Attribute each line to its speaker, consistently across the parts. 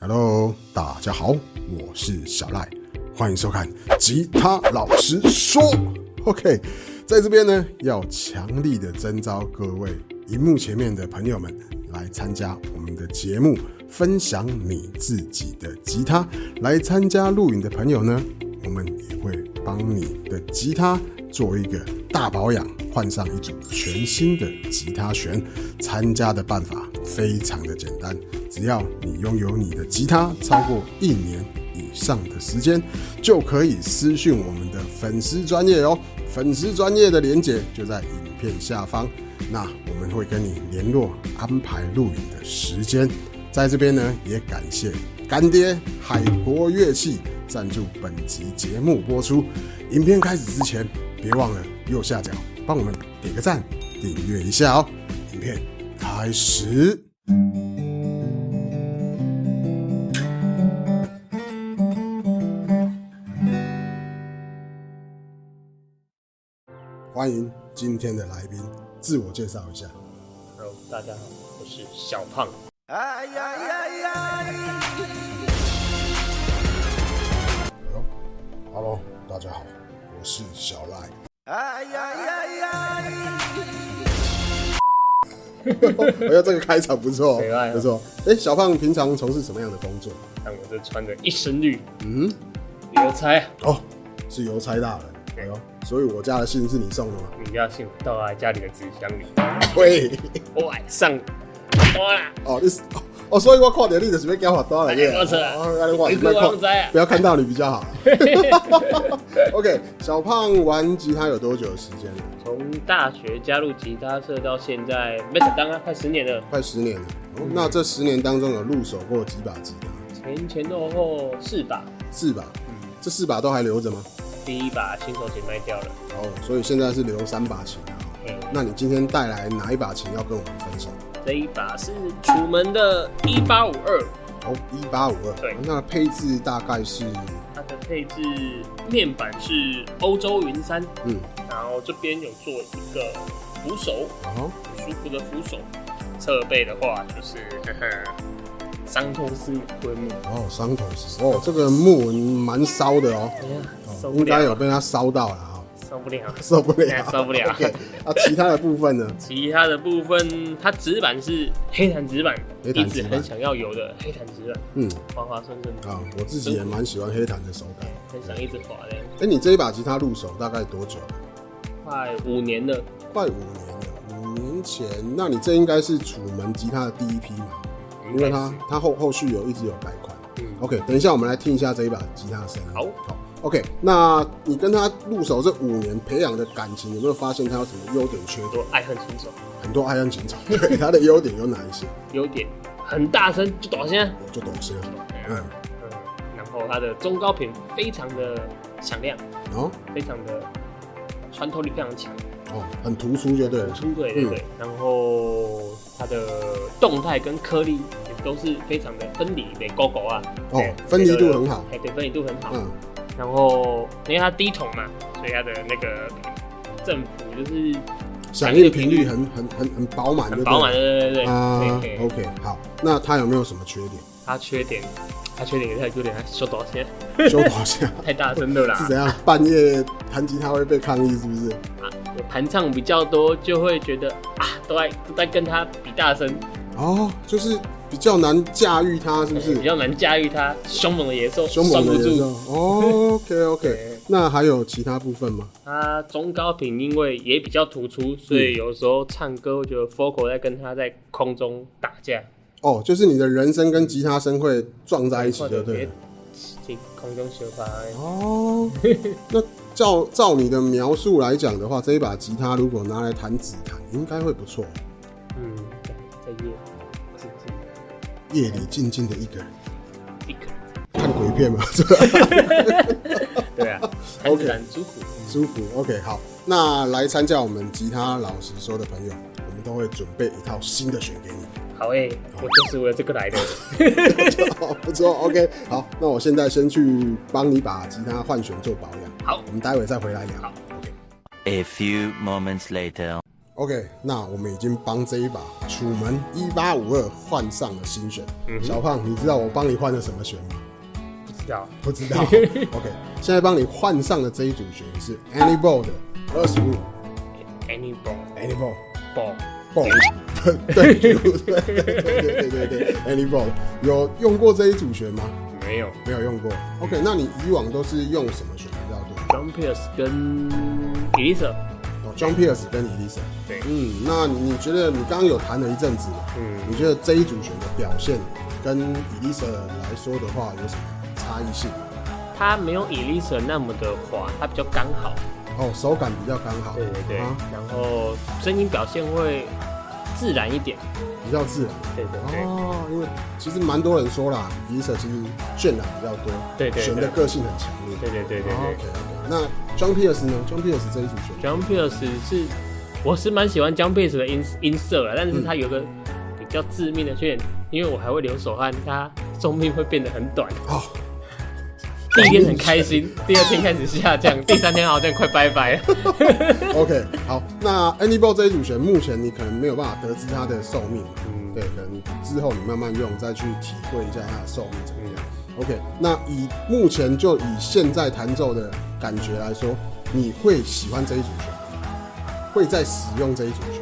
Speaker 1: Hello，大家好，我是小赖，欢迎收看《吉他老师说》。OK，在这边呢，要强力的征召各位荧幕前面的朋友们来参加我们的节目，分享你自己的吉他。来参加录影的朋友呢，我们也会帮你的吉他做一个大保养，换上一组全新的吉他弦。参加的办法非常的简单，只要你拥有你的吉他超过一年以上的时间，就可以私讯我们的粉丝专业哦。粉丝专业的连接就在影片下方，那我们会跟你联络安排录影的时间。在这边呢，也感谢干爹海国乐器赞助本集节目播出。影片开始之前，别忘了右下角帮我们点个赞，订阅一下哦。影片开始。欢迎今天的来宾，自我介绍一下。
Speaker 2: Hello，大家好，我是小胖。
Speaker 3: 哎呀呀呀！哎
Speaker 1: Hello，大家好，我是小赖。
Speaker 3: 哎呀呀呀！
Speaker 1: 哎呦，这个开场不错哦，
Speaker 2: 可爱哦
Speaker 1: 不错。哎，小胖平常从事什么样的工作？
Speaker 2: 看我这穿着一身绿，
Speaker 1: 嗯，
Speaker 2: 邮差，
Speaker 1: 哦，是邮差大人。哎呦，所以我家的信是你送的吗？
Speaker 2: 你家信到来家里的纸箱里，
Speaker 1: 喂，
Speaker 2: 我晚上 我啦，
Speaker 1: 哦，你是哦哦，所以我看到你就随便给我多了，
Speaker 2: 哎我知道
Speaker 1: 哦那你话
Speaker 2: 你跟我
Speaker 1: 别
Speaker 2: 拢知啊
Speaker 1: 不要看到你比较好。OK，小胖玩吉他有多久的时间了？
Speaker 2: 从大学加入吉他社到现在，没想当啊，快十年了，
Speaker 1: 快十年了。哦
Speaker 2: 嗯
Speaker 1: 那这十年当中有入手过几把吉他？
Speaker 2: 前前后后四把，
Speaker 1: 四把，
Speaker 2: 嗯
Speaker 1: 这四把都还留着吗？
Speaker 2: 第一把新手琴卖掉了，
Speaker 1: 哦，所以现在是留三把琴啊。
Speaker 2: 嗯，
Speaker 1: 那你今天带来哪一把琴要跟我们分享？
Speaker 2: 这一把是楚门的一八五二，
Speaker 1: 哦，一八五二。
Speaker 2: 对
Speaker 1: 那配置大概是，啊
Speaker 2: 它的配置面板是欧洲云杉，
Speaker 1: 嗯，
Speaker 2: 然后这边有做一个扶手，
Speaker 1: 哦，
Speaker 2: 舒服的扶手。侧背的话就是呵呵，桑托斯与龟木，
Speaker 1: 哦，伤口是，哦，这个木纹蛮烧的哦，
Speaker 2: 哎呀，受
Speaker 1: 哦
Speaker 2: 不
Speaker 1: 应该有
Speaker 2: 了，
Speaker 1: 被它烧到了啊、
Speaker 2: 受不 了。
Speaker 1: 受不了，
Speaker 2: 受不了
Speaker 1: OK，啊，其他的部分呢？
Speaker 2: 其他的部分，它纸板是黑檀纸板，
Speaker 1: 黑
Speaker 2: 一
Speaker 1: 檀纸
Speaker 2: 直
Speaker 1: 板
Speaker 2: 很想要有的黑檀纸板，
Speaker 1: 嗯，
Speaker 2: 滑滑顺顺的，
Speaker 1: 啊，我自己也蛮喜欢黑檀的手感。
Speaker 2: 很想一直滑的。
Speaker 1: 哎、你这一把吉他入手大概多久了？
Speaker 2: 快五年了，
Speaker 1: 快五年了，五年前。那你这应该是楚门吉他的第一批嘛？因为它它后后续有一直有改款。
Speaker 2: 嗯
Speaker 1: OK，等一下我们来听一下这一把吉他的声音。
Speaker 2: 好
Speaker 1: 好，OK，那你跟他入手这五年培养的感情，有没有发现他有什么优点、缺点？
Speaker 2: 多爱恨情仇，
Speaker 1: 很多爱恨情仇， 对他的优点有哪一些？
Speaker 2: 优点很大声，就短现在。
Speaker 1: 我就懂些。嗯
Speaker 2: 嗯，，然后它的中高频非常的响亮，
Speaker 1: 然后
Speaker 2: 非常的穿透力非常强。
Speaker 1: 哦，很突出就对了。
Speaker 2: 出对
Speaker 1: 嗯
Speaker 2: 对对，然后它的动态跟颗粒也都是非常的分离的勾勾啊，
Speaker 1: 哦
Speaker 2: 对
Speaker 1: 分离度很好
Speaker 2: 哎，对，分离度很好。
Speaker 1: 嗯，
Speaker 2: 然后因为它低筒嘛，所以它的那个振幅就是
Speaker 1: 响应频率很很很很饱满，
Speaker 2: 很饱满，
Speaker 1: 的。
Speaker 2: 对对对
Speaker 1: 啊
Speaker 2: 对对对。
Speaker 1: ，OK，好，那他有没有什么缺点？
Speaker 2: 它缺点，它缺点也太有点小短线，
Speaker 1: 修好像
Speaker 2: 太大声了啦。
Speaker 1: 是怎样？半夜弹吉他会被抗议是不是？
Speaker 2: 啊我弹唱比较多，就会觉得啊，都在都在跟它比大声，
Speaker 1: 哦，就是比较难驾驭它，是不是
Speaker 2: 哎比？较难驾驭它凶猛的野兽，
Speaker 1: 嗯凶猛的
Speaker 2: 拴不
Speaker 1: 野
Speaker 2: 住
Speaker 1: 兽。。哦 OK
Speaker 2: 对
Speaker 1: OK，那还有其他部分吗？
Speaker 2: 他中高频因为也比较突出，所
Speaker 1: 嗯
Speaker 2: 以有时候唱歌，我觉得 vocal 在跟他在空中打架，
Speaker 1: 哦，就是你的人声跟吉他声会撞在一起，
Speaker 2: 或
Speaker 1: 就
Speaker 2: 者
Speaker 1: 对
Speaker 2: 别
Speaker 1: 了。
Speaker 2: 听空中修发。哎
Speaker 1: 哦，那照照你的描述来讲的话，这一把吉他如果拿来弹指弹，应该会不错。
Speaker 2: 嗯，在在夜静静
Speaker 1: 夜里静静的一个人
Speaker 2: 一个人，
Speaker 1: 看鬼片嘛，是吧？
Speaker 2: 对啊， 很很舒服。
Speaker 1: 舒服。OK，好，那来参加我们吉他老师说的朋友，我们都会准备一套新的选给你。
Speaker 2: 好诶、我就是为了这个来的。
Speaker 1: 哦，不错，OK，好，那我现在先去帮你把吉他换弦做保养，
Speaker 2: 好
Speaker 1: 我们待会再回来聊。
Speaker 2: 好
Speaker 1: OK，
Speaker 3: A few moments later.
Speaker 1: OK，那我们已经帮这一把楚门一八五二换上了新选。小胖，你知道我帮你换了什么选吗？
Speaker 2: 不知道
Speaker 1: 不知道。OK，现在帮你换上的这一组选是 Any Ball 的二十五
Speaker 2: any ball
Speaker 1: ，Any Ball
Speaker 2: ball，
Speaker 1: Ball，对对对对对对对，Any Ball 有用过这一组选吗？
Speaker 2: 没有
Speaker 1: 没有用过。OK，那你以往都是用什么选比较多？
Speaker 2: ，John Pierce 跟 Elisa，
Speaker 1: 哦，John Pierce 跟 Elisa。
Speaker 2: 对
Speaker 1: 嗯，那你觉得你刚刚有谈了一阵子嘛？嗯，你觉得这一组选的表现跟 Elisa 来说的话有什么差异性？
Speaker 2: 他没有 Elisa 那么的滑，他比较刚好，
Speaker 1: 哦，手感比较刚好，
Speaker 2: 对对对，
Speaker 1: 啊
Speaker 2: 然后声音表现会自然一点，
Speaker 1: 比较自然。
Speaker 2: 对对对，
Speaker 1: 哦，因为其实蛮多人说啦，Elisa 其实渲染比较多，
Speaker 2: 对对对
Speaker 1: 选的个性很强烈。
Speaker 2: 对对对对
Speaker 1: 哦 OK，OK。
Speaker 2: 对。
Speaker 1: 那 John Pierce 呢？John Pierce 这一组选的
Speaker 2: John Pierce 是，我是蛮喜欢 John Pierce 的音音色了，但是
Speaker 1: 嗯
Speaker 2: 他有个比较致命的缺点，因为我还会流手汗，他寿命会变得很短。
Speaker 1: 哦，
Speaker 2: 第一天很 开心，第二天开始下降，第三天好像快拜拜了。
Speaker 1: OK，好，那 Any Ball 这一组选，目前你可能没有办法得知它的寿命，
Speaker 2: 嗯
Speaker 1: 对，可能之后你慢慢用，再去体会一下它的寿命怎么样。OK，那
Speaker 2: 嗯
Speaker 1: 以目前就以现在弹奏的感觉来说，你会喜欢这一组选吗，会在使用这一组选，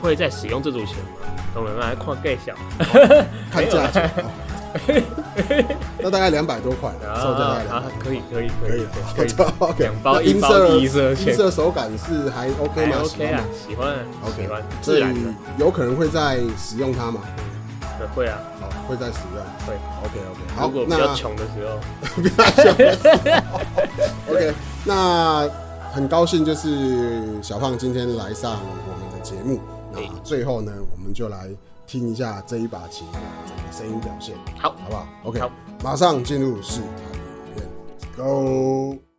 Speaker 2: 会在使用这组球吗？懂了吗？矿盖小，
Speaker 1: 看价钱，哦、 那大概两百多块，售价大概两
Speaker 2: 啊
Speaker 1: 百，
Speaker 2: 可以可以可
Speaker 1: 可
Speaker 2: 以
Speaker 1: 以
Speaker 2: 可以，可以
Speaker 1: 了，OK，
Speaker 2: 两包
Speaker 1: 那
Speaker 2: 一
Speaker 1: 音
Speaker 2: 包
Speaker 1: 色
Speaker 2: 一色线
Speaker 1: 音色手感是还 OK
Speaker 2: 还
Speaker 1: 吗？喜
Speaker 2: OK
Speaker 1: 欢
Speaker 2: 啊
Speaker 1: 吗，
Speaker 2: 喜欢啊喜
Speaker 1: OK，
Speaker 2: 欢，
Speaker 1: 所
Speaker 2: 自
Speaker 1: 以
Speaker 2: 然的，
Speaker 1: 有可能会再使用它吗？
Speaker 2: 对会啊
Speaker 1: 好，会再使用。
Speaker 2: 会。
Speaker 1: OK OK，
Speaker 2: 如
Speaker 1: 好
Speaker 2: 果，比较
Speaker 1: 那
Speaker 2: 穷的时候，
Speaker 1: 比较穷的时候 OK，那很高兴就是小胖今天来上我们的节目。
Speaker 2: 对
Speaker 1: 那最后呢，我们就来听一下这一把琴的整个声音表现，
Speaker 2: 好
Speaker 1: 好不好？OK，
Speaker 2: 好
Speaker 1: 马上进入试弹影片，Go。